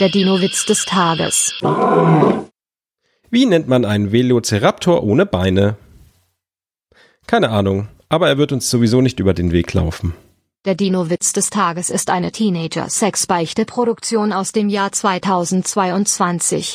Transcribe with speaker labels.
Speaker 1: Der Dino-Witz des Tages.
Speaker 2: Wie nennt man einen Velociraptor ohne Beine? Keine Ahnung, aber er wird uns sowieso nicht über den Weg laufen.
Speaker 1: Der Dino-Witz des Tages ist eine Teenager-Sex-Beichte-Produktion aus dem Jahr 2022.